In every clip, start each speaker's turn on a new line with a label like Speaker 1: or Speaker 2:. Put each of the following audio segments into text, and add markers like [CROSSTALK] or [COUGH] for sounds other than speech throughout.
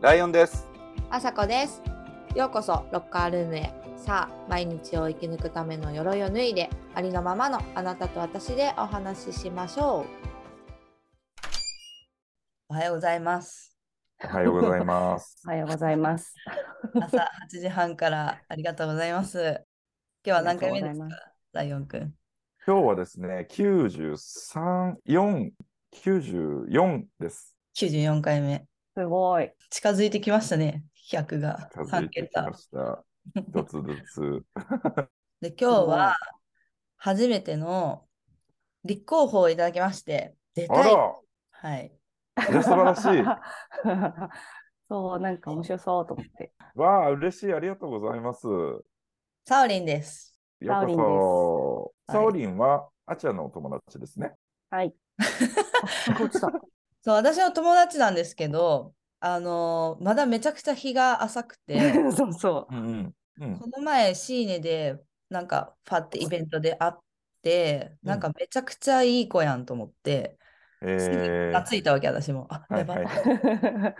Speaker 1: ライオンです。
Speaker 2: あさこです。ようこそロッカールームへ。さあ、毎日を生き抜くための鎧を脱いで、ありのままのあなたと私でお話ししましょう。おはようございます。
Speaker 1: おはようございます。 [LAUGHS]
Speaker 3: おはようございます。
Speaker 2: 朝8時半からありがとうございます。 [LAUGHS] 今日は何回目です
Speaker 3: ありがとうござ
Speaker 2: か
Speaker 3: いま、
Speaker 2: ライオンくん。
Speaker 1: 今日はですね、93、4、94です。
Speaker 2: 94回目。
Speaker 3: すごい。
Speaker 2: 近づいてきましたね、100が。
Speaker 1: 近づ
Speaker 2: 3
Speaker 1: いてきま
Speaker 2: 桁。
Speaker 1: した。一つ [LAUGHS] ず
Speaker 2: で、今日は初めての立候補をいただきまして、出
Speaker 1: つ。あ
Speaker 2: たい。
Speaker 1: ら、
Speaker 2: はい。
Speaker 1: いや素晴らし [LAUGHS] い。
Speaker 3: [LAUGHS] そう、なんか面白そうと思って。
Speaker 1: わあ、嬉しい。ありがとうございます。よ
Speaker 2: サオリンです。
Speaker 1: う
Speaker 3: サオリンです
Speaker 1: こそ。
Speaker 2: はい
Speaker 1: サオリンは、アチャのお友達ですね。
Speaker 3: はい。あこっちだ
Speaker 2: そう、私の友達なんですけど、あのーまだめちゃくちゃ日が浅く
Speaker 1: [LAUGHS]
Speaker 2: て、
Speaker 3: そうそ
Speaker 1: うん。うん
Speaker 2: この前、シーネで、なんか、ファってイベントで会って、なんかめちゃくちゃいい子やんと思って、すぐ
Speaker 1: え
Speaker 2: がついたわけ、私も。あ、
Speaker 1: ー、は
Speaker 2: や
Speaker 1: い
Speaker 2: ば。
Speaker 1: はい。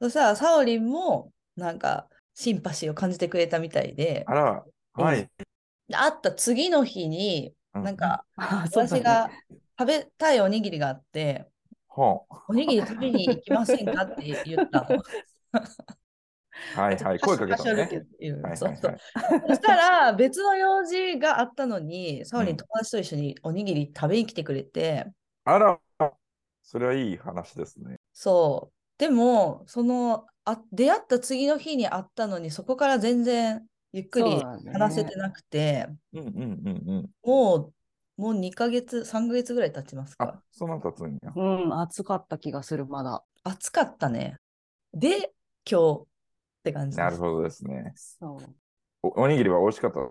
Speaker 3: う。
Speaker 2: そしたら、サオリンも、なんか、シンパシーを感じてくれたみたいで
Speaker 1: あ、ら、はい。
Speaker 2: で会った次の日に、
Speaker 1: う
Speaker 2: なん、か、
Speaker 3: あそうだ
Speaker 2: 私
Speaker 3: ね
Speaker 2: が食べたいおにぎりがあって、
Speaker 1: ほ
Speaker 2: おにぎり食べに行きませんかって言ったの。
Speaker 1: うはいはい。声かけたのね。はい
Speaker 2: そ
Speaker 1: は
Speaker 2: う
Speaker 1: い
Speaker 2: そ
Speaker 1: は
Speaker 2: う
Speaker 1: い。
Speaker 2: そしたら別の用事があったのに、サオリ
Speaker 1: うん
Speaker 2: ン友達と一緒におにぎり食べに来てくれて、
Speaker 1: あら、それはいい話ですね。
Speaker 2: そう。でも、そのあ出会った次の日に会ったのに、そこから全然ゆっくり
Speaker 3: そうだね
Speaker 2: 話せてなくて、
Speaker 1: うんうんうんうん。
Speaker 2: もう、もう2ヶ月、3ヶ月ぐらい経ちます
Speaker 1: あ
Speaker 2: か。、
Speaker 1: そんな経つんや。
Speaker 3: うん、暑かった気がする、まだ。
Speaker 2: 暑かったね。で、今日って感じです。
Speaker 1: なるほどですね。
Speaker 3: そう。
Speaker 1: おおにぎりは美味しかった。サ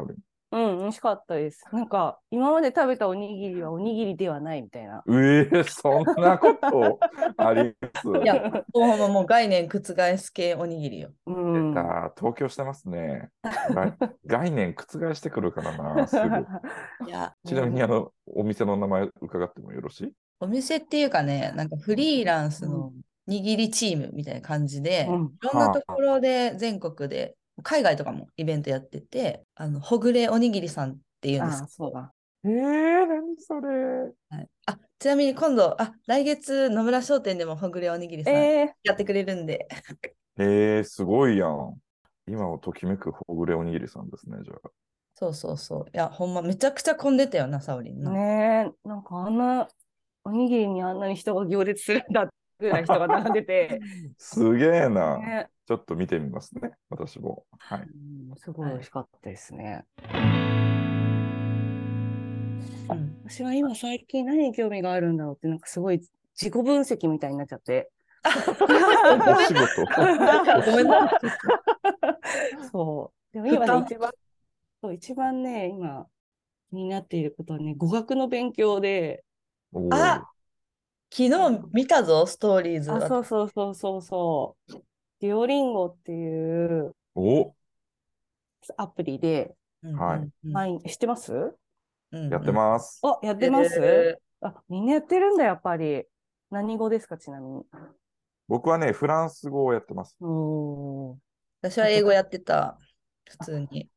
Speaker 1: オリン
Speaker 3: うん、美味しかったです。なんか、今まで食べたおにぎりはおにぎりではないみたいな。
Speaker 1: ええそんなことあります。
Speaker 2: いや、ほんまもう概念覆す系おにぎりよ。
Speaker 3: [LAUGHS] うん。
Speaker 1: 出た東京してますね。が概念覆してくるからな、
Speaker 3: [LAUGHS]
Speaker 1: すぐ。
Speaker 2: いや、
Speaker 1: ちなみに、あの、お店の名前伺ってもよろしい
Speaker 2: お店っていうかね、なんかフリーランスの握りチームみたいな感じで、
Speaker 3: うん
Speaker 2: いろんなところで全国で、海外とかもイベントやってて、あの、ほぐれおにぎりさんっていうんです
Speaker 3: あ、そうだ。
Speaker 1: ええ何それ。
Speaker 2: はいあ、ちなみに今度、あ、来月野村商店でもほぐれおにぎりさん
Speaker 3: え
Speaker 2: やってくれるんで、
Speaker 1: ええすごいやん。今をときめくほぐれおにぎりさんですね、じゃあ。
Speaker 2: そうそうそう。いや、ほんまめちゃくちゃ混んでたよな、サオリン
Speaker 3: ー、
Speaker 2: な。
Speaker 3: ねえ、なんかあんな、おにぎりにあんなに人が行列するんだぐらい人が並んで [LAUGHS] て。
Speaker 1: すげえな。
Speaker 3: ね
Speaker 1: ちょっと見てみますね、私も。はい。
Speaker 3: うんすごい美味しかったですね。
Speaker 2: うん
Speaker 3: 私は今最近何に興味があるんだろうって、なんかすごい自己分析みたいになっちゃって。
Speaker 1: お仕事。
Speaker 2: ごめんなさい。 [LAUGHS]
Speaker 3: そう。でも
Speaker 2: 負
Speaker 3: 今ね
Speaker 2: 担
Speaker 3: 一番、そう、一番ね、今気になっていることはね、語学の勉強で、
Speaker 1: おー
Speaker 2: [LAUGHS] あ昨日見たぞ、ストーリーズ。
Speaker 3: あ、そうそうそうそうそう。デュオリンゴっていう
Speaker 1: お
Speaker 3: アプリで、
Speaker 2: うん
Speaker 1: はい
Speaker 2: うん
Speaker 3: 毎日知ってます
Speaker 2: うん
Speaker 1: やってます。
Speaker 3: あ、やっ
Speaker 2: す
Speaker 3: てますあ、みんなやってるんだ、やっぱり。何語ですか、ちなみに。
Speaker 1: 僕はね、フランス語をやってます。
Speaker 3: おー。
Speaker 2: 私は英語やってた、普通に。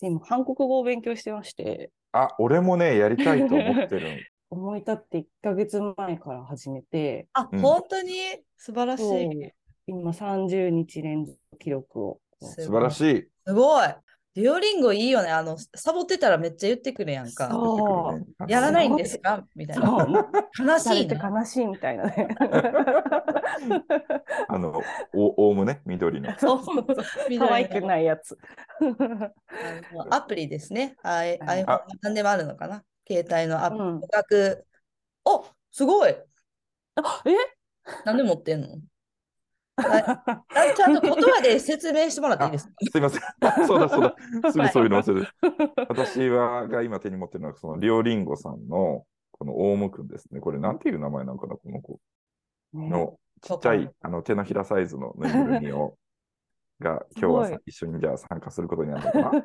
Speaker 3: 今、韓国語を勉強してまして。
Speaker 1: あ、俺もね、やりたいと思って
Speaker 2: [LAUGHS]
Speaker 1: る。
Speaker 3: 思い立って1ヶ月前から始めて、
Speaker 2: あ、
Speaker 1: うん
Speaker 2: 本当に素晴らしい。
Speaker 3: 今30日連続記録を。
Speaker 1: 素晴ら
Speaker 2: い。
Speaker 1: しい。
Speaker 2: すごい。デュオリンゴいいよね。あの、サボってたらめっちゃ言ってくるやんか。
Speaker 3: そ
Speaker 1: 出てくるね
Speaker 2: やらないんですかみたいな。
Speaker 3: そう、もう
Speaker 2: 悲
Speaker 3: [LAUGHS] さ
Speaker 2: し
Speaker 3: れ
Speaker 2: い
Speaker 3: て
Speaker 2: な。
Speaker 3: 悲しいみたいなね。
Speaker 1: あの、お、おおむね、緑
Speaker 2: [LAUGHS]
Speaker 1: の。
Speaker 2: そうそうそう。
Speaker 3: 可愛くないや [LAUGHS] つ。
Speaker 2: あのアプリですね。あい
Speaker 3: はい
Speaker 2: iPhone 何でもあるのかな。携帯のアプリ。
Speaker 3: うん
Speaker 2: 語学。おすごい
Speaker 3: あえ
Speaker 2: 何で持ってんのあちゃんと言葉で説明してもらっていい
Speaker 3: [LAUGHS]
Speaker 2: ですか
Speaker 1: すいません。そうだそう [LAUGHS]
Speaker 2: [LAUGHS]
Speaker 1: だ。すぐそういうの忘れてる。私は、が今手に持ってるのは、その、リオリンゴさんの、この、オウムくんですね。これ、なんていう名前なのかな、この子
Speaker 3: ね
Speaker 1: の、ちっちゃい、あの、手のひらサイズのぬいぐるみを、が、今日は
Speaker 3: すご
Speaker 1: さ
Speaker 3: い
Speaker 1: 一緒に、じゃあ、参加することになるのかな。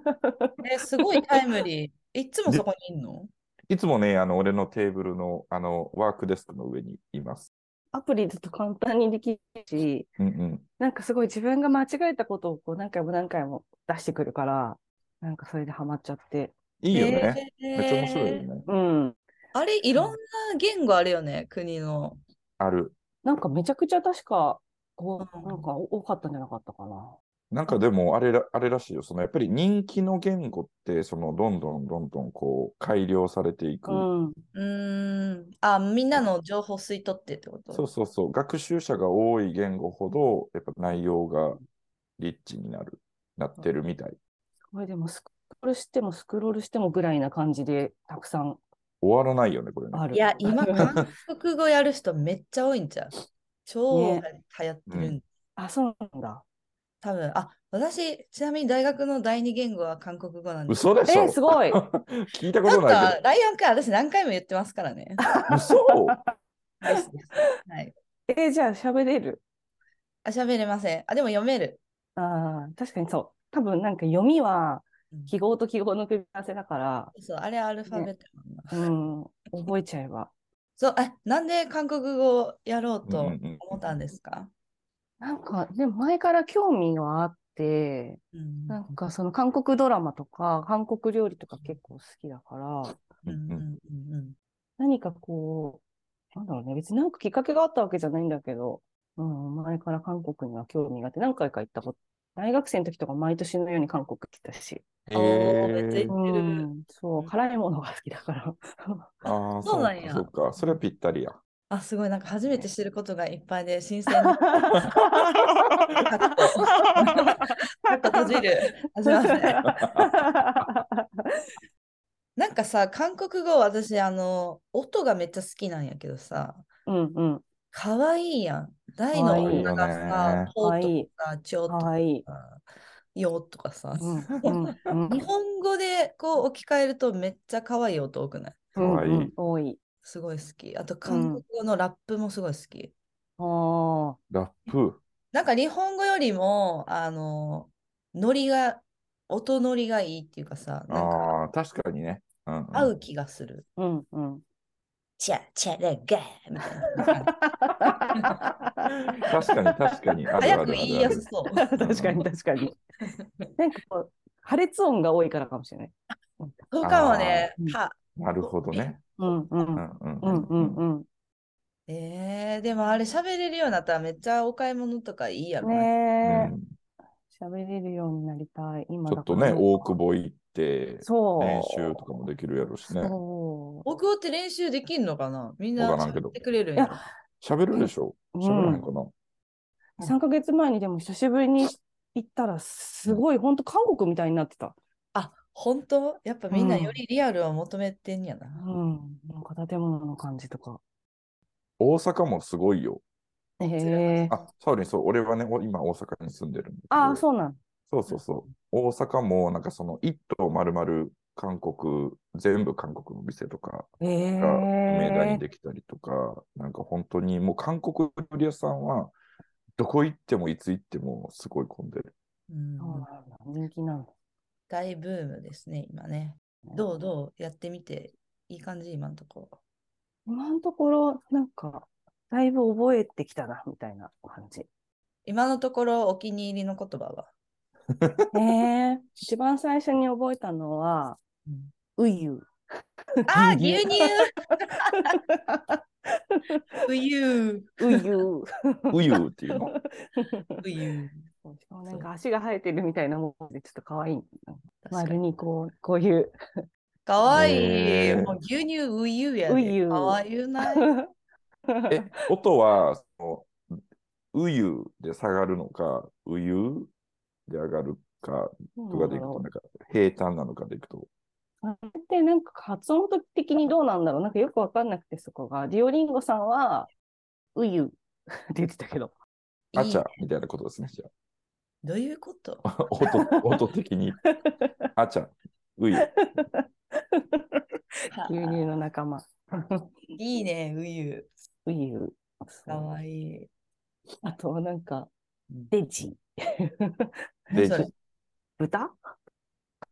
Speaker 2: えすごいタイムリー。いつもそこにいんの
Speaker 1: いつもね、あの、俺のテーブルの、あの、ワークデスクの上にいます。
Speaker 3: アプリだと簡単にできるし、
Speaker 1: うんうん。
Speaker 3: なんかすごい自分が間違えたことをこう何回も何回も出してくるから、なんかそれでハマっちゃって。
Speaker 1: いいよね。
Speaker 2: へー
Speaker 1: めっちゃ面白いよね。
Speaker 3: うん。
Speaker 2: あれ、いろんな言語あるよね、国の。
Speaker 1: ある。
Speaker 3: なんかめちゃくちゃ確か、こ
Speaker 2: うん
Speaker 3: う、なんか多かったんじゃなかったかな。
Speaker 1: なんかでもあれら、あれらしいよ。そのやっぱり人気の言語って、そのどんどんどんどんこう改良されていく。
Speaker 3: うん。
Speaker 2: うーん。あ、みんなの情報吸い取ってってこと
Speaker 1: そうそうそう。学習者が多い言語ほど、やっぱ内容がリッチになる、なってるみたい。
Speaker 3: これでもスクロールしてもスクロールしてもぐらいな感じでたくさん
Speaker 1: 終わらないよね、これね。
Speaker 3: ある。
Speaker 2: いや、今、 [LAUGHS] 韓国語やる人めっちゃ多いんちゃう超
Speaker 3: ね
Speaker 2: 流行ってるん、
Speaker 3: あ、そうなんだ。
Speaker 2: 多分、あ、私、ちなみに大学の第二言語は韓国語なんです。
Speaker 1: 嘘でしょ
Speaker 3: え、すごい。
Speaker 1: 聞いたこ
Speaker 2: な
Speaker 1: と
Speaker 2: ん
Speaker 1: ない
Speaker 2: か、ライオン会私何回も言ってますから
Speaker 1: け
Speaker 2: ね。 [LAUGHS]
Speaker 1: ど。嘘
Speaker 2: ですですはい。
Speaker 3: え、じゃあ喋れる。
Speaker 2: あ、喋れません。あ、でも読める。
Speaker 3: ああ、確かにそう。多分なんか読みは
Speaker 2: うん
Speaker 3: 記号と記号の組み合わせだから、
Speaker 2: そう、あれアルファベットなんだ。
Speaker 3: うん、覚えちゃえば。
Speaker 2: そう、え、なんで韓国語をやろうと
Speaker 1: うんうんうん
Speaker 2: 思ったんですか
Speaker 3: なんか、でも前から興味はあって、
Speaker 2: うん
Speaker 3: なんかその韓国ドラマとか、韓国料理とか結構好きだか
Speaker 2: う
Speaker 3: ら、
Speaker 2: んうんうんうん
Speaker 3: 何かこう、なんだろうね、別になんかきっかけがあったわけじゃないんだけど、うん、前から韓国には興味があって、何回か行ったこと、大学生の時とか毎年のように韓国来たし、
Speaker 2: あーめっちゃいい
Speaker 3: うん、そう
Speaker 2: ん
Speaker 3: う、辛いものが好きだから。
Speaker 1: ああ、
Speaker 2: そうなんや
Speaker 1: そっか、それはぴったりや。
Speaker 2: あ、すごい、なんか初めて知ることがいっぱいで新鮮な。なんか閉じ [LAUGHS] る。あすいませんなんかさ、韓国語、私、あの、音がめっちゃ好きなんやけどさ、
Speaker 3: [LAUGHS] うんうん。
Speaker 2: かわいいやん。大
Speaker 3: 可
Speaker 2: の
Speaker 3: 愛い
Speaker 2: 音が
Speaker 1: よ
Speaker 2: さ
Speaker 1: ね、
Speaker 2: とう
Speaker 3: 可愛い
Speaker 2: とかさ、ちょうと
Speaker 3: か
Speaker 2: か
Speaker 3: わいい。
Speaker 2: さ、よとかさ、
Speaker 3: うんうんうん
Speaker 2: 日本語でこう置き換えるとめっちゃかわいい音多くない
Speaker 1: かわいい
Speaker 3: うんうん多い。
Speaker 2: すごい好き。あと、韓国語のラップもすごい好き。
Speaker 3: あー
Speaker 1: ラップ。
Speaker 2: なんか日本語よりも、あの、ノリが、音ノリがいいっていうかさ、なんか
Speaker 1: ああ、確かにね。うんうん
Speaker 2: 合う気がする。
Speaker 3: うんうん。
Speaker 2: チャチャレガーみたいな。
Speaker 1: 確かに、確かに。あるある
Speaker 2: 早く言いやすそう。
Speaker 1: あるある
Speaker 3: 確かに確かに。なんかこう、破裂音が多いからかもしれない。
Speaker 2: そうかもね
Speaker 3: あー。
Speaker 2: は。
Speaker 1: なるほどね。
Speaker 3: うんう。
Speaker 1: うんん
Speaker 3: うんうんうん。
Speaker 2: えー、でもあれ喋れるようになったらめっちゃお買い物とかいいやろな。
Speaker 1: う
Speaker 3: ねえ、
Speaker 1: ん
Speaker 3: 喋れるようになりたい。今
Speaker 1: ちょ
Speaker 3: だ
Speaker 1: っと
Speaker 3: から
Speaker 1: ね、大久保行って、
Speaker 3: そう。
Speaker 1: 練習とかもできるやろしね。
Speaker 3: そう。
Speaker 2: 僕って練習できんのかなみんな
Speaker 1: わからんけ
Speaker 2: 喋
Speaker 1: ど
Speaker 2: ってくれるんやろ。
Speaker 1: 喋るでしょ
Speaker 3: うん
Speaker 1: 喋らへんかな、
Speaker 3: 3ヶ月前にでも久しぶりに行ったら、すごい、本当韓国みたいになってた。
Speaker 2: あ、本当やっぱみんなよりリアルを求めてんやな。
Speaker 3: うん。なんか建物の感じとか。
Speaker 1: 大阪もすごいよ。
Speaker 3: へえ。
Speaker 1: あ、サウリン、そう、俺はね、お今大阪に住んでるんだけど
Speaker 3: ああ、そうなん。
Speaker 1: そうそうそう。大阪も、なんかその、一棟丸々韓国、全部韓国の店とか
Speaker 3: ええ。
Speaker 1: が梅田にできたりとか、なんか本当にもう韓国料理屋さんは、どこ行ってもいつ行ってもすごい混んでる。
Speaker 2: うん
Speaker 3: そうなんだ。人気なんだ。
Speaker 2: 大ブームですね、今ね。どうどうやってみて、いい感じ、今のところ。
Speaker 3: 今のところ、なんか、だいぶ覚えてきたな、みたいな感 [LAUGHS] じ。
Speaker 2: 今のところお気に入りの言葉 [LAUGHS] は。
Speaker 3: ええ。一番最初に覚えたのは、う [LAUGHS] ゆ。
Speaker 2: ああ、
Speaker 3: 牛
Speaker 2: 牛
Speaker 3: 乳
Speaker 2: 乳う [LAUGHS] ゆ
Speaker 3: うゆ。
Speaker 2: [LAUGHS]
Speaker 1: うゆうっていうの。
Speaker 2: う。うゆ
Speaker 3: そうしかもなんか足が生えてるみたいなもので、ちょっと可愛い。
Speaker 2: う。
Speaker 3: 丸にこう、こういう。
Speaker 2: かわいい。
Speaker 1: ねえ
Speaker 2: もう牛乳うゆやで。
Speaker 3: うゆ
Speaker 2: かわゆない。
Speaker 1: [LAUGHS] え、音は、その、うゆで下がるのか、うゆで上がるかとかでいくと、なんか平坦なのかでいくと。
Speaker 3: あれってなんか発音的にどうなんだろうなんかよくわかんなくてそこが。ディオリンゴさんは、う [LAUGHS] ゆって言ってたけど。
Speaker 1: あち
Speaker 2: い
Speaker 1: ゃ
Speaker 2: い
Speaker 1: みたいなことですね。じゃ
Speaker 2: どういうこと
Speaker 1: あ音、
Speaker 2: [LAUGHS]
Speaker 1: 音的に。あちゃ、うゆ。
Speaker 3: 牛乳の仲間。
Speaker 2: いいね、うゆ。
Speaker 3: うゆ。
Speaker 2: かわいい。
Speaker 3: あとはなんか、デジ。
Speaker 1: デジ
Speaker 2: 何それ
Speaker 3: 豚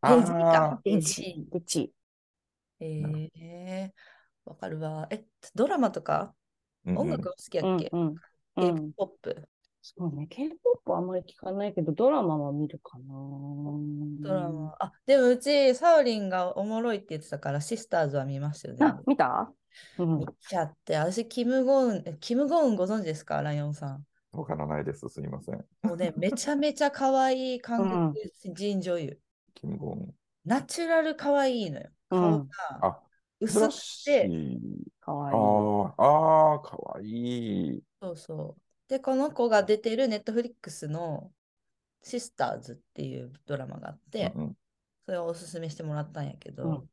Speaker 1: あ
Speaker 2: デジか
Speaker 1: ー。
Speaker 2: デジ。
Speaker 3: デジ。
Speaker 2: えー、わかるわ。え、ドラマとか
Speaker 1: うん
Speaker 2: 音楽は好きやっけ、
Speaker 3: うんうん
Speaker 2: ?K-POP、
Speaker 3: そうね、K-POP はあんまり聞かないけど、ドラマは見るかな。
Speaker 2: ドラマ。あ、でもうち、サウリンがおもろいって言ってたから、シスターズは見ましたよね
Speaker 3: あ、。見たうん
Speaker 2: 見。ちゃって、私、キム・ゴウン、えキム・ゴウンご存知ですか、ライオンさん。
Speaker 1: わからないです。すみません。
Speaker 2: もうね、めちゃめちゃ可愛い韓国人女優。
Speaker 1: キム・ゴン。
Speaker 2: ナチュラル可愛いのよ。
Speaker 3: うん
Speaker 2: 顔が
Speaker 1: あ
Speaker 2: 薄くて、
Speaker 3: か
Speaker 1: あ
Speaker 3: わいい。
Speaker 1: ーあー、かわいい。
Speaker 2: そうそう。で、この子が出てるネットフリックスのシスターズっていうドラマがあって、
Speaker 1: うん
Speaker 2: それをおすすめしてもらったんやけど、
Speaker 3: うん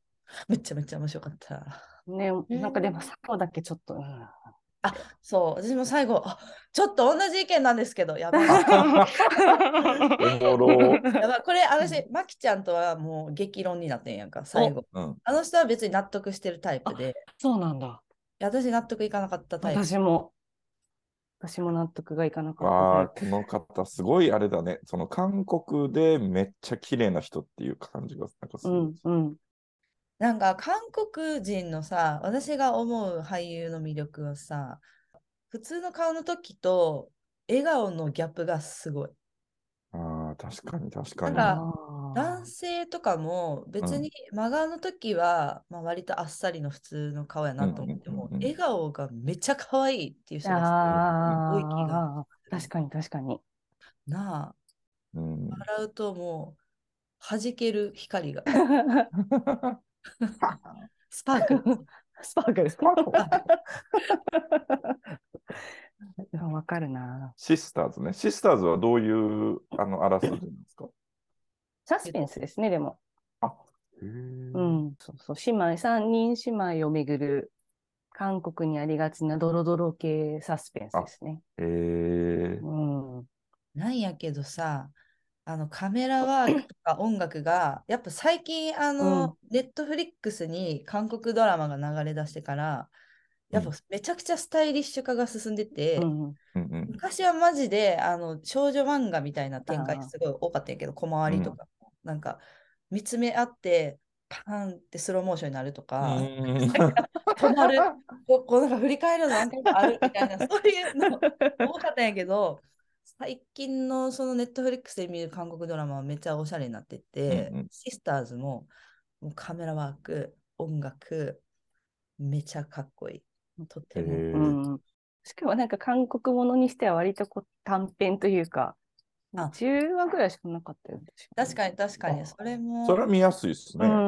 Speaker 2: めちゃめちゃ面白かった。
Speaker 3: ね、なんか
Speaker 2: うん
Speaker 3: でも最後だけちょっと、うん
Speaker 2: そう、私も最後、あちょっと同じ意見なんですけど、やばい。や
Speaker 1: おも
Speaker 2: [LAUGHS]
Speaker 1: ろ
Speaker 2: ばいこ
Speaker 3: [LAUGHS]
Speaker 2: れ、私
Speaker 3: う、
Speaker 2: まきちゃんとはもう激論になってんやんか、最後。
Speaker 1: うん。
Speaker 2: あの人は別に納得してるタイプで、い
Speaker 3: そうなんだ。
Speaker 2: や私納得いかなかったタイプ。
Speaker 3: 私も。私も納得がいかなか
Speaker 1: わあ、
Speaker 3: っ
Speaker 1: この方、すごいあれだね。その韓国でめっちゃ綺麗な人っていう感じがなんかす
Speaker 3: た。
Speaker 1: る。
Speaker 3: うん、うん。
Speaker 2: なんか韓国人のさ、私が思う俳優の魅力はさ、普通の顔の時と笑顔のギャップがすごい。
Speaker 1: ああ、確かに確かに。
Speaker 2: なんか
Speaker 3: あー
Speaker 2: 男性とかも別に真顔の時は、まあ、割とあっさりの普通の顔やなと思っても、
Speaker 1: うんうんうんうん
Speaker 2: 笑顔がめっちゃ可愛いっていう人が
Speaker 3: あ
Speaker 2: 多い気が
Speaker 3: あ、確かに確かに。
Speaker 2: なあ、
Speaker 1: うん、 [LAUGHS]
Speaker 2: 笑うともう弾ける光が、スパークル。
Speaker 1: [LAUGHS]
Speaker 3: スパークル。
Speaker 1: あ
Speaker 3: うんわかるな。
Speaker 1: シスターズね。シスターズはどういうあのあらすじなんですか
Speaker 3: サスペンスですね、でも。
Speaker 1: う。
Speaker 3: うんん、そうそう、姉妹、三人姉妹をめぐる、韓国にありがちなドロドロ系サスペンスですね。
Speaker 1: えー、
Speaker 3: うん。う
Speaker 2: なんやけどさ、あのカメラワークとか音楽が、やっぱ最近、あの、ネットフリックスに韓国ドラマが流れ出してから、やっぱ
Speaker 1: う
Speaker 2: めちゃくちゃスタイリッシュ化が進んでて、
Speaker 3: [LAUGHS] ん。
Speaker 1: うんうん
Speaker 2: 昔はマジであの少女漫画みたいな展開すごい多かったんやけど、小回りとか、なんか見つめ合って、パーンってスローモーションになるとか、
Speaker 1: うん
Speaker 2: 止まる、ここうなんか振り返るの何回かあるみたいな、そうい
Speaker 1: [LAUGHS]
Speaker 2: うの多かったんやけど、最近のそのネットフリックスで見る韓国ドラマはめっちゃおしゃれになってて、
Speaker 1: うんうん
Speaker 2: シスターズももうカメラワーク、音楽、めちゃかっこいい。とて
Speaker 1: え
Speaker 2: も。
Speaker 1: ー
Speaker 3: うん。しかもなんか韓国ものにしては割とこう短編というか、
Speaker 2: あ
Speaker 3: 10話ぐらいしかなかったよね。
Speaker 2: 確かに確かに、
Speaker 1: あ
Speaker 2: それも
Speaker 1: それは見やすいですね。め
Speaker 3: う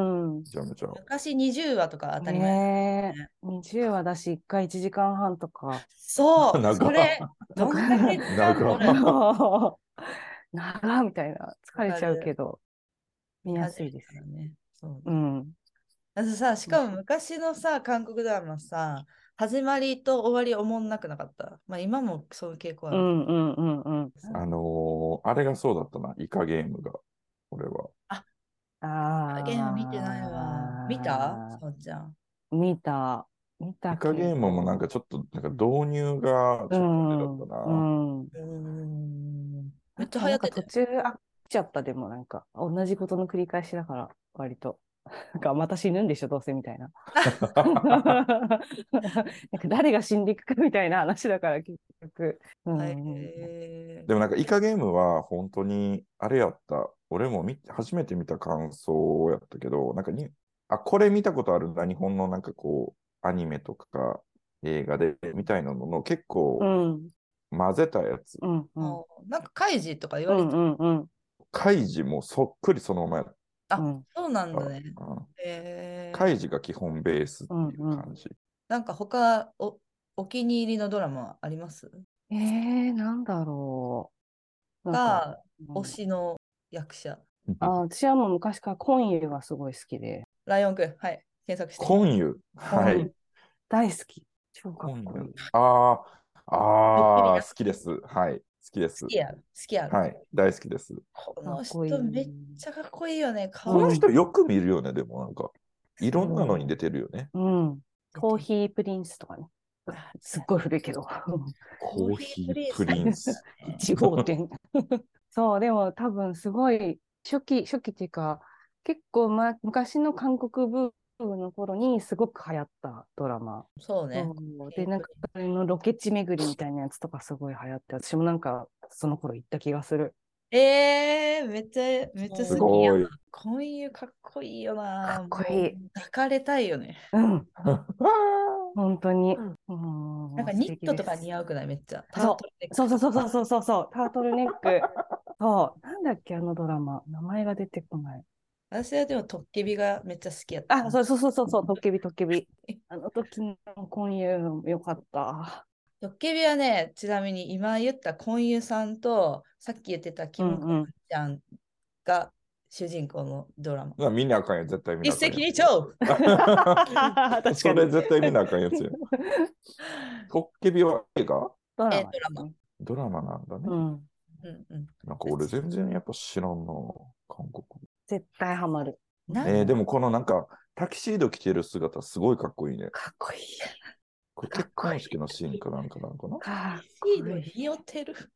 Speaker 3: ん。
Speaker 1: ちゃめちゃ。
Speaker 2: 昔20話とか当たり前。
Speaker 3: ねえ。20話だし、1回1時間半とか。 [LAUGHS]
Speaker 2: そう、
Speaker 1: 長っ
Speaker 2: それ、どんだけ時間
Speaker 1: 長っ
Speaker 2: これ
Speaker 3: 長っみたいな。疲れちゃうけど、見やすいです。
Speaker 2: ね。そう
Speaker 3: うん。
Speaker 2: あとさ、しかも昔のさ、韓国ドラマさ、始まりと終わりおもんなくなかった。まあ今もそういう傾向あ
Speaker 3: う
Speaker 2: る。
Speaker 3: んうんうんうん。
Speaker 1: あのー、あれがそうだったな。イカゲームが。俺は。
Speaker 3: ああ。
Speaker 2: ゲーム見てないわ。見たさおちゃん。
Speaker 3: 見た。見た
Speaker 1: イカゲームもなんかちょっと、なんか導入がち
Speaker 3: う
Speaker 1: ょ
Speaker 3: ん
Speaker 1: っとあれだったな。
Speaker 3: うん。
Speaker 2: うーん。めっちゃ流
Speaker 3: な
Speaker 2: 行
Speaker 3: ん
Speaker 2: って
Speaker 3: か
Speaker 2: た
Speaker 3: 途
Speaker 2: よ。
Speaker 3: 中飽きちゃったでもなんか同じことの繰り返しだから割と。 [LAUGHS] なんかまた死ぬんでしょどうせみたい
Speaker 2: [LAUGHS]
Speaker 3: な。なんか誰が死んでいくかみたいな話だから結局。うん
Speaker 2: はいえー
Speaker 1: でもなんかイカゲームは本当にあれやった。俺も見初めて見た感想やったけど、なんかに、あ、これ見たことあるんだ。日本のなんかこう、アニメとか映画でみたいなのの結
Speaker 3: う
Speaker 1: 構
Speaker 3: ん
Speaker 1: 混ぜたやつ。
Speaker 3: うんうん
Speaker 2: もうなんかカイジとか言
Speaker 3: う
Speaker 2: われて、
Speaker 3: んうんうん
Speaker 1: カイジもそっくりそのままやっ
Speaker 2: あ
Speaker 3: うん
Speaker 2: そうなんだ
Speaker 1: た。
Speaker 2: ね。えー
Speaker 1: カイジが基本ベースっていう感じ。
Speaker 2: なんか他お、お気に入りのドラマあります
Speaker 3: えー、なんだろう。なんか
Speaker 2: が、
Speaker 3: うん
Speaker 2: 推しの役者。
Speaker 3: あ私はもう昔からコンユがすごい好きで、
Speaker 2: ライオンくん、はい。検索して。
Speaker 1: コンユ。は
Speaker 3: コン
Speaker 1: い
Speaker 3: ユ。大好き。超か
Speaker 1: コン
Speaker 3: っこいい
Speaker 1: ユ。。ああ、あ
Speaker 2: ドッキリ
Speaker 1: あ、
Speaker 2: だ
Speaker 1: 好きです。はい。好きです
Speaker 2: 好。きやろ。好きやろ。
Speaker 1: はい。大好きです。
Speaker 2: こ
Speaker 3: か
Speaker 2: の
Speaker 3: っこいい
Speaker 2: 人めっちゃかっこいいよね。か
Speaker 1: こ
Speaker 2: わ
Speaker 1: の
Speaker 2: いい。
Speaker 1: 人よく見るよね、でもなんか。いろんなのに出てるよね。
Speaker 3: うん。コーヒープリンスとかね。すっごい古いけど。
Speaker 1: コーヒープリンス。
Speaker 3: 1号
Speaker 2: [LAUGHS]
Speaker 3: 店。そう、でも多分すごい初期、初期っていうか、結構、ま、昔の韓国ブブの頃にすごく流行ったドラマ。
Speaker 2: そうね。
Speaker 3: そうで、なんか、それのロケ地巡りみたいなやつとかすごい流行って、私もなんか、その頃行った気がする。
Speaker 2: えー、めっちゃ、めっちゃ
Speaker 1: す
Speaker 2: 好きや
Speaker 1: ご
Speaker 2: ん。
Speaker 1: い。 [LAUGHS]
Speaker 2: こういうかっこいいよな。
Speaker 3: かっこいい
Speaker 2: もう抱かれたいよね。
Speaker 3: うん、
Speaker 1: あ
Speaker 3: 本当に。な
Speaker 2: なんかニットとか似
Speaker 3: 合
Speaker 2: 合うくないめっちゃ。
Speaker 3: そうそうそうそうそう
Speaker 2: う。
Speaker 3: そうそ
Speaker 2: [LAUGHS]
Speaker 3: うそう、タートルネック。そう、なんだっけ、あのドラマ。名前が出てこない。
Speaker 2: 私はでもトッケビがめっちゃ好きやったな。
Speaker 3: あ、そうそうそうそうそう、トッケビトッケビ。あの時の婚友もよかった。
Speaker 2: トッケビはね、ちなみに今言ったコンユさんと、さっき言ってたキムコ [LAUGHS] ンちゃんが主人公のドラマ。
Speaker 1: 見なあかんや絶対見
Speaker 2: 一
Speaker 1: なあかん
Speaker 2: 石
Speaker 1: や
Speaker 2: 二
Speaker 1: つ。
Speaker 2: 鳥
Speaker 3: 確かに。
Speaker 1: それ絶対見なあかんやつ
Speaker 3: [LAUGHS]
Speaker 1: や。トッケビは映画
Speaker 3: ドラマ
Speaker 2: え
Speaker 3: ですね
Speaker 1: ドラマなんだね。
Speaker 3: うん。
Speaker 2: うんうん。
Speaker 1: なんか俺全然やっぱ知らんな、韓国。
Speaker 3: 絶対ハ
Speaker 2: [LAUGHS]
Speaker 3: マる。
Speaker 2: なん
Speaker 1: えー、でもこのなんかタキシード着てる姿すごいかっこいいね。
Speaker 3: かっこいい。
Speaker 1: これ結婚式のシーンかなんかなんかな。
Speaker 3: かっこい
Speaker 2: シ
Speaker 3: い
Speaker 2: ードによってる。
Speaker 3: うん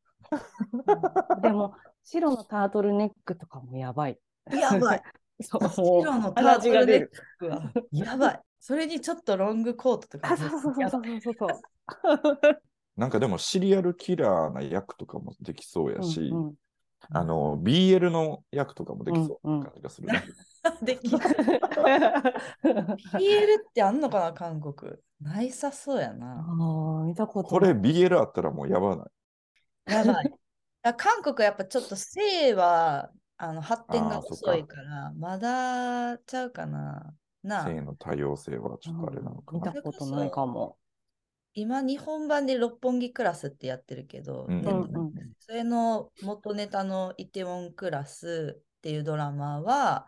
Speaker 3: でも、白のタートルネックとかもやばい。
Speaker 2: やばい。
Speaker 3: そう、もう
Speaker 2: 白のター
Speaker 3: 鼻
Speaker 2: ト
Speaker 3: 血
Speaker 2: ルネ
Speaker 3: が出
Speaker 2: ッ
Speaker 3: る。
Speaker 2: クはやばい。それにちょっとロングコートとかも。
Speaker 3: あ、そうそうそう
Speaker 2: や
Speaker 3: そ
Speaker 2: ば
Speaker 3: うそうそう。
Speaker 1: なんかでもシリアルキラーな役とかもできそうやし、
Speaker 3: うんうん
Speaker 1: あの BL の役とかもできそうな感じがする、ね
Speaker 2: いできない。PL ってあんのかな、韓国。ないさそうや
Speaker 3: あ
Speaker 2: な。
Speaker 3: ー見たこと
Speaker 1: これ BL あったらもうやばない。
Speaker 2: やばい。だから韓国やっぱちょっと性はあの発展が
Speaker 1: あーそっか
Speaker 2: 遅いから、まだちゃうかな。なあ
Speaker 1: 性の多様性はちょっとあれなのか
Speaker 3: 見
Speaker 1: な
Speaker 3: た。ことないかも。
Speaker 2: 今日本版で六本木クラスってやってるけど、
Speaker 1: うん
Speaker 2: ネ
Speaker 1: う
Speaker 2: ッ
Speaker 1: ん
Speaker 2: トでそれの元ネタのイテウォンクラスっていうドラマは、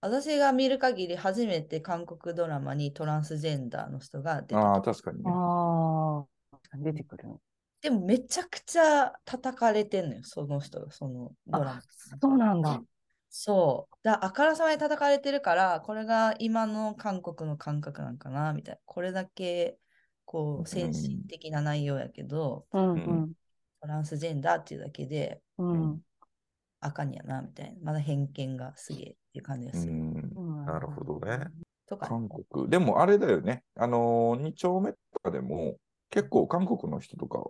Speaker 2: 私が見る限り初めて韓国ドラマにトランスジェンダーの人が出てきて
Speaker 1: ああ、確かにね。
Speaker 3: ああ、出てくるの。
Speaker 2: でもめちゃくちゃ叩かれてんのよ、その人が、そのドラマ。
Speaker 3: そうなんだ。
Speaker 2: そう。だあからさまに叩かれてるから、これが今の韓国の感覚なんかな、みたいな。これだけ、こう、先進的な内容やけど、
Speaker 3: うん
Speaker 2: トランスジェンダーっていうだけで、
Speaker 3: うんうん。
Speaker 2: あかんやな、みたいな。まだ偏見がすげえっていう感じが
Speaker 1: う
Speaker 2: する。
Speaker 1: ん、な
Speaker 3: な
Speaker 1: るほどね。
Speaker 2: とか、
Speaker 1: 韓国。でもあれだよね。あのー、2丁目とかでも結構韓国の人とか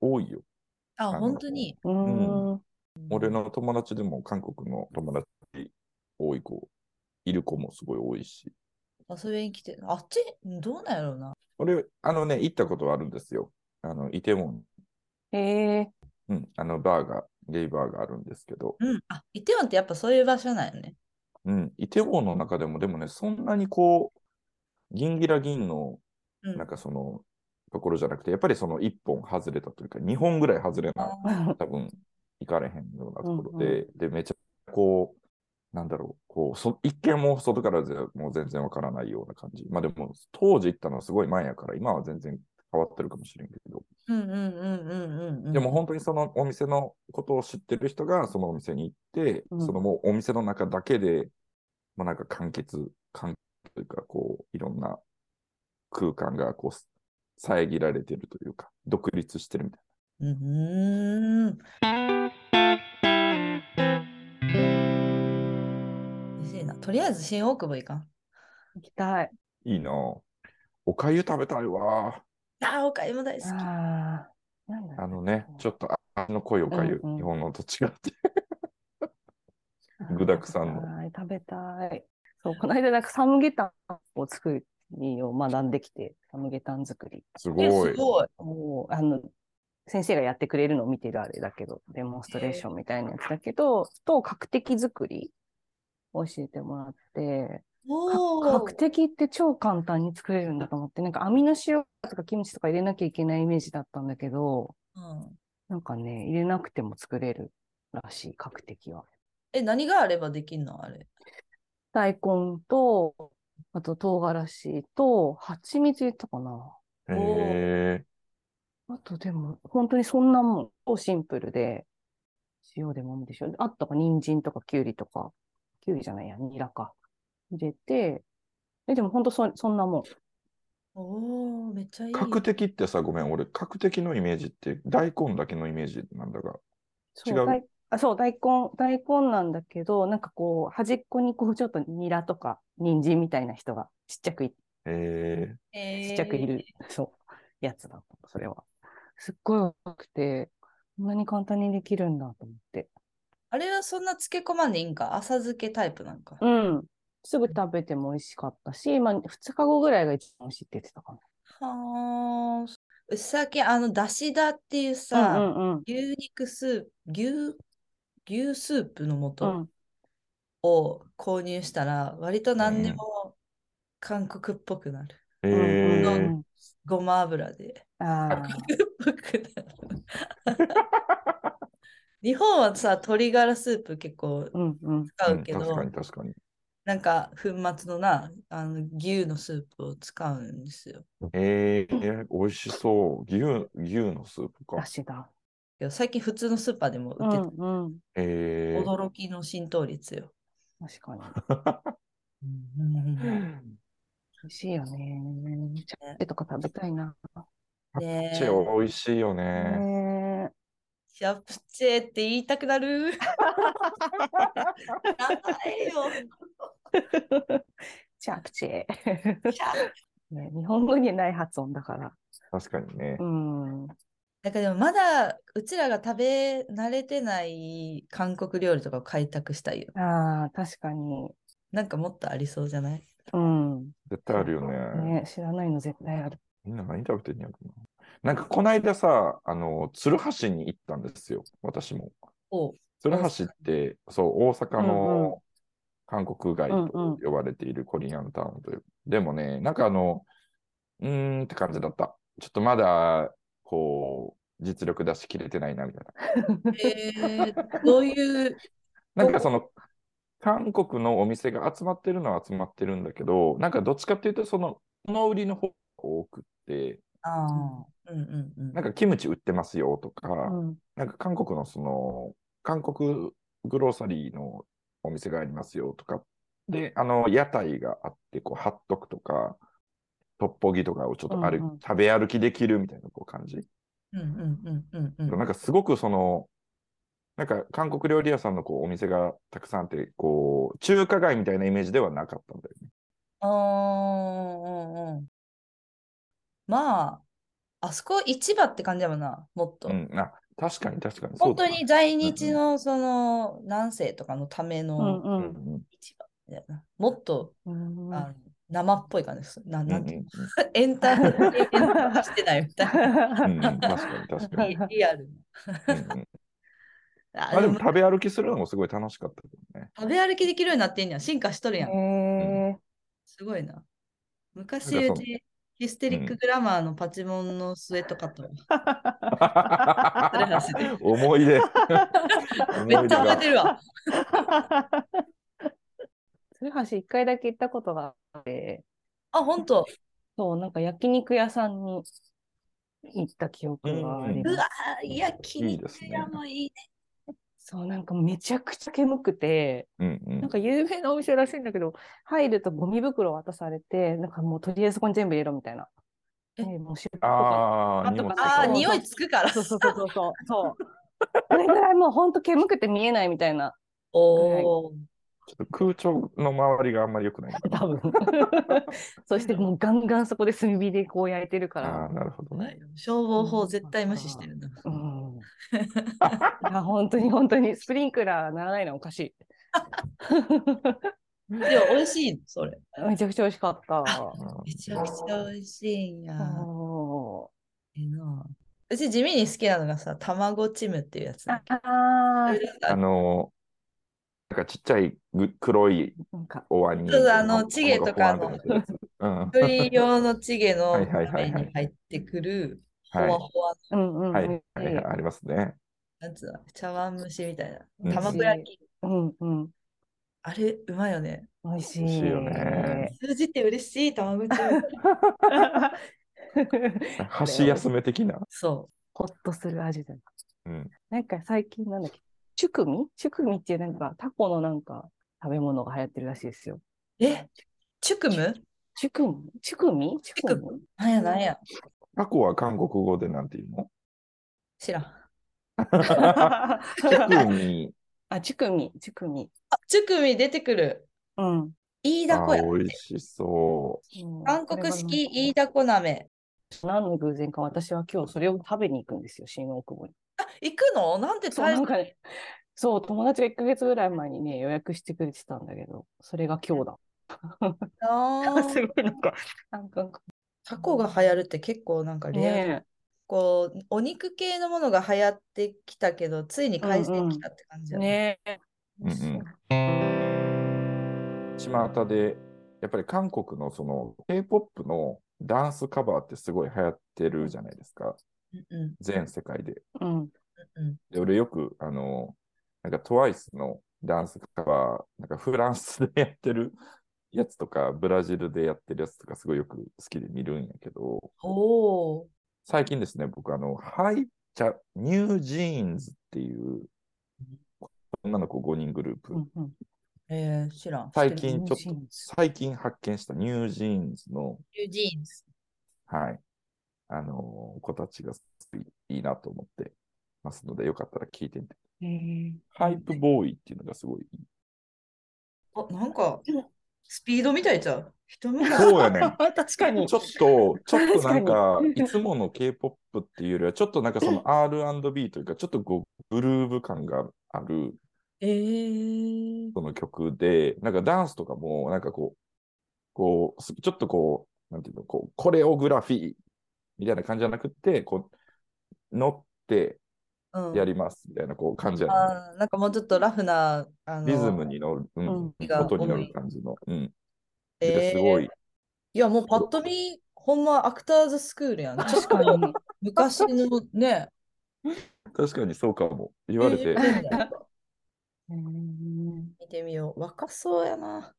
Speaker 1: 多いよ。
Speaker 2: あ、
Speaker 1: 韓国
Speaker 2: 本当に。
Speaker 3: うーん。
Speaker 1: 俺の友達でも韓国の友達多い子、いる子もすごい多いし。
Speaker 2: 遊びに来て、あっち、どうなんやろうな。
Speaker 1: 俺、あのね、行ったことあるんですよ。あの、イテウォン、
Speaker 3: ええ
Speaker 1: うん、あの、バーが、ゲイバーがあるんですけど、
Speaker 2: うん。あ、イテウォンってやっぱそういう場所なんよね。
Speaker 1: うん、イテウォンの中でも、でもね、そんなにこう、ギンギラギンの、
Speaker 2: うん
Speaker 1: なんかその、ところじゃなくて、やっぱりその1本外れたというか、2本ぐらい外れな多分行かれへんようなところで、で、めちゃこう、なんだろう、こう、そ一見もう外からじゃもう全然わからないような感じ。まあでも、当時行ったのはすごい前やから、今は全然変わってるかもしれんけど、
Speaker 2: うんうんうんうんうんうん。
Speaker 1: でも、本当にそのお店のことを知ってる人がそのお店に行って、
Speaker 3: うん
Speaker 1: そのもうお店の中だけで、もうなんか完結、完結というか、こう、いろんな空間がこう、遮られてるというか、独立してるみたいな。
Speaker 2: うーん。嬉しいな。とりあえず新大久保行かん。
Speaker 3: 行きたい。
Speaker 1: いいなぁおかゆ食べたいわ
Speaker 2: ああ、おかゆも大好き。
Speaker 3: ああ、なんだ
Speaker 1: ぁ。あ
Speaker 3: ろ
Speaker 1: のね、ちょっと味の濃いおかゆ、
Speaker 3: うんうん
Speaker 1: 日本のと違って。
Speaker 3: う
Speaker 1: 具沢山の
Speaker 3: はい食べたい。そう、この間、なんかサムゲタンを作りを学んできて、サムゲタン作り。
Speaker 1: す
Speaker 2: え
Speaker 1: ごい。
Speaker 2: ごい。
Speaker 3: もう、あの、先生がやってくれるのを見てるあれだけど、デモンストレーションみたいなやつだけど、と、角的作りを教えてもらって、
Speaker 2: おー
Speaker 3: 角的って超簡単に作れるんだと思って、なんか網の塩とかキムチとか入れなきゃいけないイメージだったんだけど、
Speaker 2: うん
Speaker 3: なんかね、入れなくても作れるらしい、角的は。
Speaker 2: え、何があればできんのあれ。
Speaker 3: 大根と、あと唐辛子と、蜂蜜入れたかな。
Speaker 1: へえ
Speaker 3: あとでも、本当にそんなもん、超シンプルで、塩でもみでしょ。あとか、人参とか、きゅうりとか、きゅうりじゃないや、ニラか。入れて、え、でも本当そ、そんなもん。
Speaker 2: おお、めっちゃいい。
Speaker 1: 角的ってさ、ごめん、俺、角的のイメージって大根だけのイメージなんだが。
Speaker 3: そう
Speaker 1: 違う
Speaker 3: 大あそう、大根、大根なんだけど、なんかこう、端っこにこう、ちょっとニラとか、人参みたいな人がちっちゃくい、
Speaker 1: えー、
Speaker 2: え
Speaker 3: ちっちゃくいる、そう、やつだった、それは。すっごい多くて、こんなに簡単にできるんだと思って。
Speaker 2: あれはそんな漬け込まんでいいんか浅漬けタイプなんか。
Speaker 3: うん。すぐ食べても美味しかったし、まあ、2日後ぐらいが一番美味しいって言ってたか
Speaker 2: はあ。うさき、あの、だしだっていう
Speaker 3: な。
Speaker 2: さ、
Speaker 3: うんうんうん。
Speaker 2: 牛肉スープ、牛、牛スープの
Speaker 3: う
Speaker 2: 素
Speaker 3: ん、
Speaker 2: を購入したら、割と何でも韓国っぽくなる。
Speaker 1: え
Speaker 3: うん
Speaker 1: ー
Speaker 3: うん
Speaker 2: ごま油で。 [LAUGHS]
Speaker 3: うん、ああ、
Speaker 2: 韓国っぽくなる日本はさ、鶏ガラスープ結構
Speaker 3: うんうん。
Speaker 2: 使
Speaker 1: う
Speaker 2: うんけど、
Speaker 1: 確かに確かに。
Speaker 2: なんか粉末のな、あの牛のスープを使うんですよ。
Speaker 1: えー、美味しそう。牛、牛のスープか
Speaker 3: だ。しだ。
Speaker 2: けど最近普通のスーパーでも
Speaker 3: う
Speaker 2: 売ってて、
Speaker 3: んうん。
Speaker 1: えー、
Speaker 2: 驚きの浸透率よ。
Speaker 3: 確かに。美味しいよね。チャプチェとか食べたいな。
Speaker 2: ね
Speaker 1: チ
Speaker 2: え、
Speaker 1: ェ美味しいよね。
Speaker 3: ね
Speaker 2: シャプチェって言いたくなる。やばい [LAUGHS] よ。
Speaker 3: え。チャプチェ。
Speaker 2: シャプ
Speaker 3: ね日本語にない発音だから。
Speaker 1: 確かにね
Speaker 3: う。ん。
Speaker 2: なんかでもまだうちらが食べ慣れてない韓国料理とかを開拓したいよ。
Speaker 3: ああ、確かに。
Speaker 2: なんかもっとありそうじゃない
Speaker 3: うん。
Speaker 1: 絶対あるよね。
Speaker 3: ね、知らないの絶対ある。
Speaker 1: みんな何食べてんやろな。なんかこの間さ、あの、鶴橋に行ったんですよ。私も。
Speaker 2: おう
Speaker 1: 鶴橋って、そう、大阪
Speaker 3: うんうん
Speaker 1: の韓国街と
Speaker 3: うんうん
Speaker 1: 呼ばれているコリアンタウンという。でもね、なんかあの、うーんって感じだった。ちょっとまだ、こう、実力出しきれてないな、みたいな。
Speaker 2: えー、どういう、
Speaker 1: なんかその、韓国のお店が集まってるのは集まってるんだけど、なんかどっちかっていうと、その、物売りの方が多くって、
Speaker 2: あ
Speaker 1: [LAUGHS]
Speaker 2: あ、うんうんうん。
Speaker 1: なんかキムチ売ってますよとか、
Speaker 3: うん。
Speaker 1: なんか韓国のその、韓国グローサリーのお店がありますよとか、で、あの、屋台があって、こう、ハットクとか、トッポギとかをちょっと歩き、
Speaker 3: うんうん
Speaker 1: 食べ歩きできるみたいなこう感じ。
Speaker 2: うんうんうんうんうん。
Speaker 1: なんかすごくその、なんか韓国料理屋さんのこうお店がたくさんあって、こう、中華街みたいなイメージではなかったんだよね。
Speaker 2: あーうんうんまあ、あそこ市場って感じやもんな、もっと。
Speaker 1: うん、あ、確かに確かに。
Speaker 2: 本当に在
Speaker 1: う
Speaker 2: 日
Speaker 1: んう
Speaker 2: のその何世とかのため
Speaker 3: う
Speaker 2: の
Speaker 1: そうだ。うんん
Speaker 2: 市場みたいな。もっと
Speaker 3: うん。
Speaker 2: あの生っぽい感じです。な
Speaker 1: うん。うんう
Speaker 2: なんていうんのエンターテインメント化してないみたいな。
Speaker 1: うんうん、確かに確かに。
Speaker 2: リリア
Speaker 1: う
Speaker 2: ル
Speaker 1: んうん
Speaker 2: な。
Speaker 1: ま
Speaker 2: あ
Speaker 1: あ
Speaker 2: で
Speaker 1: で
Speaker 2: も
Speaker 1: も食べ歩きするのもすごい楽しかったけどね。
Speaker 2: 食べ歩きできるようになってんやん。進化しとるやん。
Speaker 3: え
Speaker 2: すごいな。昔
Speaker 1: なん
Speaker 2: う
Speaker 1: かその
Speaker 2: ちヒステリックグラマーのパチモンのスウェット買ったわ。 [LAUGHS]
Speaker 1: 思い出。
Speaker 2: めっちゃ覚えてるわ。
Speaker 3: [LAUGHS] 鶴橋一回だけ行ったことがあって、
Speaker 2: あ、本当。
Speaker 3: そう、なんか焼肉屋さんに行った記憶があり
Speaker 1: うん
Speaker 3: ます。
Speaker 2: あ、焼
Speaker 1: いいですね
Speaker 2: もいいね。
Speaker 3: そう、なんかめちゃくちゃ煙くて、
Speaker 1: うんうん
Speaker 3: なんか有名なお店らしいんだけど、入るとゴミ袋渡されて、なんかもうとりあえずそこに全部入れろみたいな。
Speaker 2: え
Speaker 3: ねもう汁とか。
Speaker 1: ああ、荷物と
Speaker 2: あ
Speaker 1: か
Speaker 2: あ、匂いつくから
Speaker 3: そう。そうそうそうそう。そう。これぐらいもうほんと煙くて見えないみたいな。
Speaker 2: おお、
Speaker 1: ちょっと空調の周りがあんまり良くない。
Speaker 3: 多分そしてもうガンガンそこで炭火でこう焼いてるか
Speaker 1: あ
Speaker 3: ら
Speaker 1: あ、。なるほどね。
Speaker 2: 消防法絶対無視してるな。
Speaker 3: うん、 [LAUGHS] いや本当に本当にスプリンクラーならないのはおかしい。
Speaker 2: でも美味しいの、それ。
Speaker 3: めちゃくちゃ美味しかった。
Speaker 1: うん
Speaker 2: めちゃくちゃ美味しいんや。
Speaker 3: そ
Speaker 2: ええなうち地味に好きなのがさ、卵チムっていうやつ
Speaker 3: う
Speaker 2: な
Speaker 3: あ
Speaker 2: んだ。
Speaker 3: あー
Speaker 1: あのー、なんかちっちゃいぐ黒い
Speaker 3: なんか
Speaker 1: お椀に。
Speaker 2: そうそうあのチゲとかの
Speaker 1: ポワンってなってるやつ
Speaker 2: 一人用のチゲ
Speaker 1: は
Speaker 2: の
Speaker 1: いはいはいはい
Speaker 2: 鍋に入ってくる、ほ
Speaker 1: はい
Speaker 2: わほわ
Speaker 3: うんうん、
Speaker 1: うん。はい
Speaker 3: 美味し
Speaker 1: はいはい、ありますね。
Speaker 2: のやつだ。茶碗蒸しみたい
Speaker 1: うん
Speaker 2: な。卵焼き。
Speaker 3: うんうん
Speaker 2: あれ、うまいよね。
Speaker 3: 美味しい。
Speaker 1: 美味しいよね
Speaker 3: [LAUGHS]
Speaker 2: 通じて嬉しい、卵チム。
Speaker 1: 箸休め的な。
Speaker 2: [LAUGHS] そ
Speaker 3: ほっとする味だな。
Speaker 1: うん。
Speaker 3: なんか最近なんだっけ、チュクミチュクミっていうなんかタコのなんか食べ物が流行ってるらしいですよ。
Speaker 2: う。え、チュクム
Speaker 3: チュクミチュクミチュクミ
Speaker 2: なんやなんや。
Speaker 1: タコは韓国語でなんて言うの
Speaker 2: 知らん。
Speaker 1: 特に、
Speaker 2: [LAUGHS]
Speaker 3: [LAUGHS] あ、チュクミ、チュクミ。
Speaker 2: あ、チュクミ出てくる。
Speaker 3: うん。
Speaker 2: イイダ
Speaker 1: あ
Speaker 2: コや。
Speaker 1: ー、美味しそう。
Speaker 3: うん
Speaker 2: 韓国式イイ
Speaker 3: こ
Speaker 2: ダコ鍋。
Speaker 3: れはなんか何の偶然か私は今日それを食べに行くんですよ、新大久保に。
Speaker 1: [LAUGHS]
Speaker 2: あ、行くのなんて
Speaker 3: そう、
Speaker 2: 大
Speaker 3: なんかね、そう、友達が1ヶ月ぐらい前にね、予約してくれてたんだけど、それが今
Speaker 1: [LAUGHS]
Speaker 3: 日だ。
Speaker 2: [LAUGHS] な
Speaker 3: すごいなんか、なんか、
Speaker 2: タコが流行るって結構なんかレア、
Speaker 3: ね
Speaker 2: こうお肉系のものが流行ってきたけどついに改善きたって感じ
Speaker 3: え、
Speaker 2: だね。
Speaker 3: ねえ。
Speaker 1: うんうん巷で、やっぱり韓国のその K-POP のダンスカバーってすごい流行ってるじゃないですか。
Speaker 2: うんうん
Speaker 1: 全世界で。
Speaker 3: うん。
Speaker 2: うん
Speaker 1: で俺よく、あの、なんか TWICE のダンスカバー、なんかフランスでやってるやつとか、ブラジルでやってるやつとか、すごいよく好きで見るんやけど、
Speaker 2: おお。
Speaker 1: 最近ですね、僕、あの、ハイチャ、ニュージーンズっていう女の子5人グループ、
Speaker 3: うんうん
Speaker 2: えー、知らん。
Speaker 1: 最
Speaker 2: 知って
Speaker 1: 近
Speaker 2: る
Speaker 1: ちょっ
Speaker 3: ニュージー
Speaker 1: と
Speaker 3: ン、ズ
Speaker 1: 最近発見したニュージーンズの、
Speaker 2: ニュージーンズ。
Speaker 1: はい、あの子たちがすごいいいなと思ってますので、よかったら聞いてみて。
Speaker 3: へえ
Speaker 1: ハイプボーイっていうのがすごいいい。
Speaker 2: あ、なんかスピードみたいじゃん。人目が。
Speaker 1: そうや
Speaker 2: [LAUGHS]
Speaker 1: ねん。
Speaker 3: 確かに
Speaker 1: ちょっと、ちょっとなんか
Speaker 3: 確、か
Speaker 1: い
Speaker 3: に
Speaker 1: つもの K-POP っていうよりは、ちょっとなんかその R&B というか、ちょっとこう、グルーヴ感がある、
Speaker 2: えー、
Speaker 1: その曲で、なんかダンスとかも、なんかこう、こう、すちょっとこう、なんていうの、こう、コレオグラフィーみたいな感じじゃなくて、こう、乗って
Speaker 2: うん。
Speaker 1: やりますみたいな、こう、感じじゃない
Speaker 2: あーなんかもうちょっとラフなあの
Speaker 1: リズムに乗る、うん、
Speaker 3: うん
Speaker 1: 音に乗る感じの、うん。
Speaker 2: えー
Speaker 1: ですごい、
Speaker 2: いやもうパッと見ほんまアクターズスクー
Speaker 1: [LAUGHS]
Speaker 2: ルやん。
Speaker 3: 確かに。
Speaker 2: 昔のね。
Speaker 1: 確かにそうかも、言われて
Speaker 2: え、ー
Speaker 3: へえ
Speaker 2: 見てみよう。若そうやな。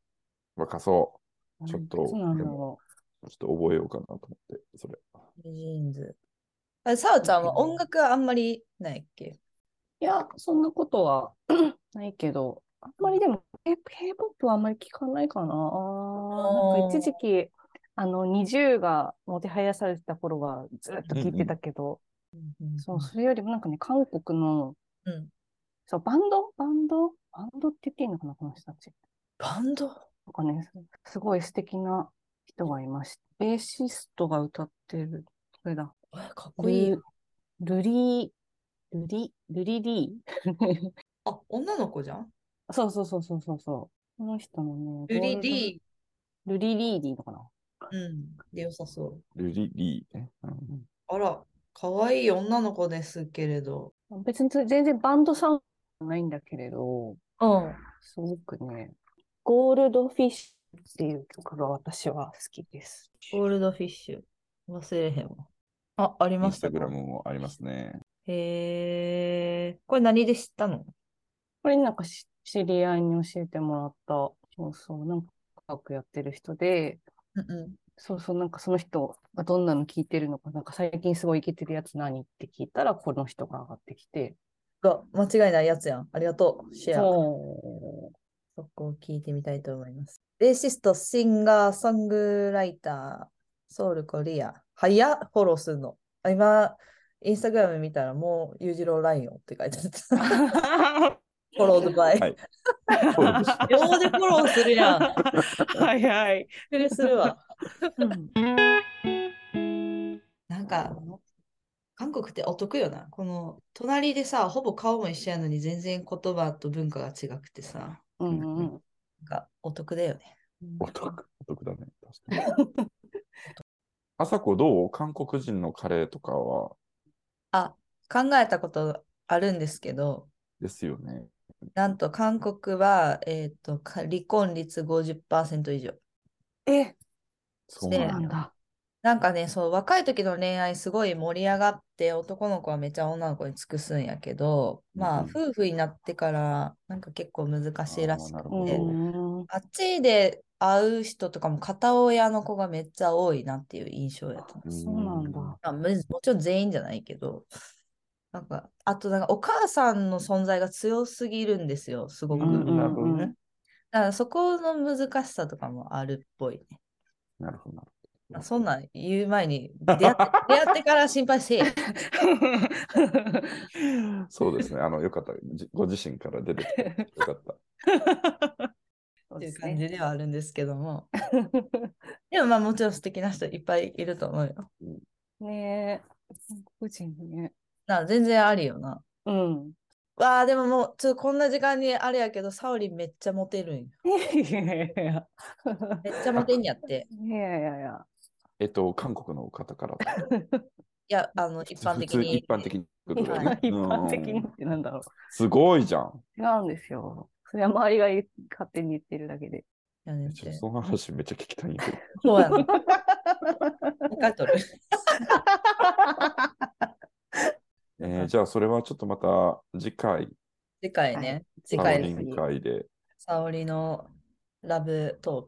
Speaker 1: 若そちょっと
Speaker 3: いつなん
Speaker 1: で
Speaker 3: だ
Speaker 1: も
Speaker 3: ろ
Speaker 1: う、ちょっと覚えようかなと思って、それ。
Speaker 2: ジーンズ。あ、さおちゃんは音楽はあんまりないっけ
Speaker 3: う。いや、そんなことは [CLEARS THROAT] ないけど、あんまりでも、K- K-POP はあんまり聞かないかな。なんか一時期、あの、20がもてはやされてた頃はずっと聞いてたけど、そう、それよりもなんかね、韓国の、
Speaker 2: うん
Speaker 3: そう、バンドバンドバンドって言っていいのかな、この人たち。
Speaker 2: バンド
Speaker 3: なんかね、すすごい素敵な人がいました。ベーシストが歌ってる、これだ。
Speaker 2: えかっこいい。
Speaker 3: ル、ルリー、ルリ、ルリリー。
Speaker 2: あ、女の子じゃん
Speaker 3: そうそうそうそうそうそう。この人のね、
Speaker 2: ルリ
Speaker 3: ゴールド
Speaker 2: リ
Speaker 3: ルリリーでいいのかな
Speaker 2: ー。うん。で、良さそう。
Speaker 1: ルリリーね。
Speaker 2: あら、かわいい女の子ですけれど。
Speaker 3: 別に全然バンドサウンドはないんだけれど、
Speaker 2: うん。
Speaker 3: すごくね、ゴールドフィッシュっていう曲が私は好きです。
Speaker 2: ゴールドフィッシュ。忘れへんわ。あ、ありましたか。
Speaker 1: もありますね。
Speaker 2: へえ。これ何で知ったの
Speaker 3: これなんかし知り合いに教えてもらった、そうそう、なんか音楽やってる人で、
Speaker 2: うんう
Speaker 3: そうそう、なんかその人がどんなの聞いてるのか、なんか最近すごいイケてるやつ何って聞いたら、この人が上がってきて、
Speaker 2: ん。が、間違いないやつやん。ありがとう。シェア。
Speaker 3: そ
Speaker 2: そこを聞いてみたいと思います。ベーシスト、シンガー、ソングライター、ソウル、コリア。早っ、フォローするの。あ今、インスタグラム見たらもう、裕次郎ライオンって書いてあった。フォローズバイ。
Speaker 1: は
Speaker 2: はいい、
Speaker 1: フォローです
Speaker 2: 秒
Speaker 3: [LAUGHS]
Speaker 2: でフォローするやん。びっ
Speaker 3: う。はいはい。
Speaker 2: くりするわ。
Speaker 3: うん
Speaker 2: なんか、韓国ってお得よな。この、隣でさ、ほぼ顔も一緒やのに、全然言葉と文化が違くてさ、
Speaker 3: うんうん。
Speaker 2: なんか、お得だよね。
Speaker 1: お得、お得だ
Speaker 3: [LAUGHS]
Speaker 1: ね。確かに。あさこどう韓国人のカレーとかは、
Speaker 2: 考えたことあるんですけど、
Speaker 1: ですよね。
Speaker 2: なんと韓国は、えーと、か離婚率50%以上。
Speaker 3: え、
Speaker 1: そうな
Speaker 2: ね
Speaker 3: なんん
Speaker 1: や。
Speaker 3: だ。
Speaker 2: なんかね、そう、若い時の恋愛すごい盛り上がって、男の子はめっちゃ女の子に尽くすんやけど、まあ、
Speaker 1: うん
Speaker 2: 夫婦になってから、なんか結構難しいらし
Speaker 1: あーなる
Speaker 2: く
Speaker 1: ほ
Speaker 2: て
Speaker 1: ど、
Speaker 3: うん。
Speaker 2: あっちで会う人とかも片親の子がめっちゃ多いなっていう印象やった。
Speaker 3: そうなんだ。
Speaker 2: まあ、むもちろん全員じゃないけど、なんか、あとなんかお母さんの存在が強すぎるんですよ、すごく。
Speaker 1: うんなるほど
Speaker 3: うんうんう
Speaker 1: ね
Speaker 3: ん。
Speaker 2: だからそこの難しさとかもあるっぽいね。
Speaker 1: なるほどなる
Speaker 2: あそんなん言う前に出会って出会ってから心配せえ。
Speaker 1: ほ
Speaker 3: [LAUGHS]
Speaker 1: ど。そうですね。あの、よかった。じご自身から出てきて、よかった。
Speaker 3: [LAUGHS] そ
Speaker 2: っていう
Speaker 3: うそうですね
Speaker 2: 感じではあるんですけども。 [LAUGHS] でもまあもちろん素敵な人いっぱいいると思うよ。
Speaker 3: ねえ、韓国人ね。
Speaker 2: なあ全然ありよな。
Speaker 3: うん。
Speaker 2: わあ、でももう、ちょっとこんな時間にあれやけど、サオリンめっちゃモテるんよ。
Speaker 3: いやいやいやいや。
Speaker 2: めっちゃモテんやって。
Speaker 3: いやいやいや。
Speaker 1: えっと、韓国の方から。
Speaker 2: いや、あの、一般
Speaker 1: 普
Speaker 2: 的
Speaker 1: 通
Speaker 2: に
Speaker 1: 一。般的にってことだよね。
Speaker 3: 一般的に
Speaker 1: う
Speaker 3: っ
Speaker 1: ん
Speaker 3: てなんだろ
Speaker 1: すごいじゃん。
Speaker 3: う。違うんですよ。それは周りが言う勝手に言ってるだけで。
Speaker 2: やねん
Speaker 1: ちょってとその話めっちゃ聞きたいんだけど。
Speaker 2: そうやな。もう一回取る。
Speaker 1: えーじゃあ、それはちょっとまた次回、
Speaker 2: 次回
Speaker 3: は
Speaker 2: ね。次
Speaker 1: サー
Speaker 2: 回で
Speaker 1: リ
Speaker 2: す。
Speaker 1: ン会で。
Speaker 2: サオリのラブト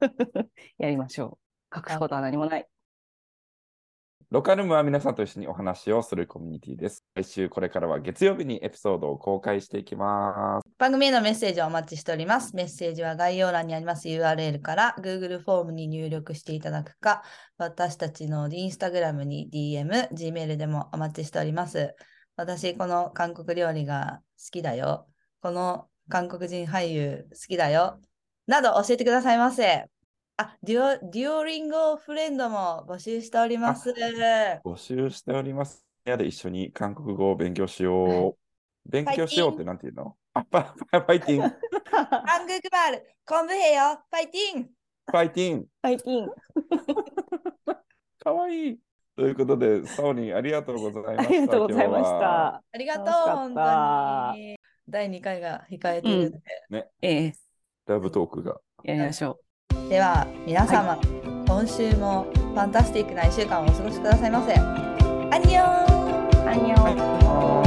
Speaker 2: ーク。
Speaker 3: [LAUGHS] やりましょう。隠すことは何もない。
Speaker 1: ロカルムは皆さんと一緒にお話をするコミュニティです。来週これからは月曜日にエピソードを公開していきます。
Speaker 2: 番組へのメッセージをお待ちしております。メッセージは概要欄にあります URL から Google フォームに入力していただくか、私たちの Instagram に DM、Gmail でもお待ちしております。私、この韓国料理が好きだよ。この韓国人俳優好きだよ。など教えてくださいませ。あ、デュオデュオリンゴフレンドも募集しております。
Speaker 1: 募集しております。部屋で一緒に韓国語を勉強しよう。勉強しようってなんていうのあ、ファファファイティ
Speaker 3: [LAUGHS]
Speaker 1: ン、フ
Speaker 2: ハングクバル、コンブヘヨ、ファイティン
Speaker 1: ァイティン。
Speaker 3: 最近、
Speaker 1: かわいい。ということで、サオリンありがとうございま
Speaker 3: あ
Speaker 1: した。
Speaker 3: りがとうございまし
Speaker 1: 今日は
Speaker 3: た。
Speaker 2: ありがとう、
Speaker 3: 楽しか
Speaker 2: 本
Speaker 3: っ
Speaker 2: 当
Speaker 3: た
Speaker 2: に。第2回が控えているので、
Speaker 3: ええ、
Speaker 1: ラブトークが。
Speaker 3: やりましょ
Speaker 2: では皆様、今週もファンタスティックな1週間をお過ごしくださいませ。アニオン
Speaker 3: う。アンニョン。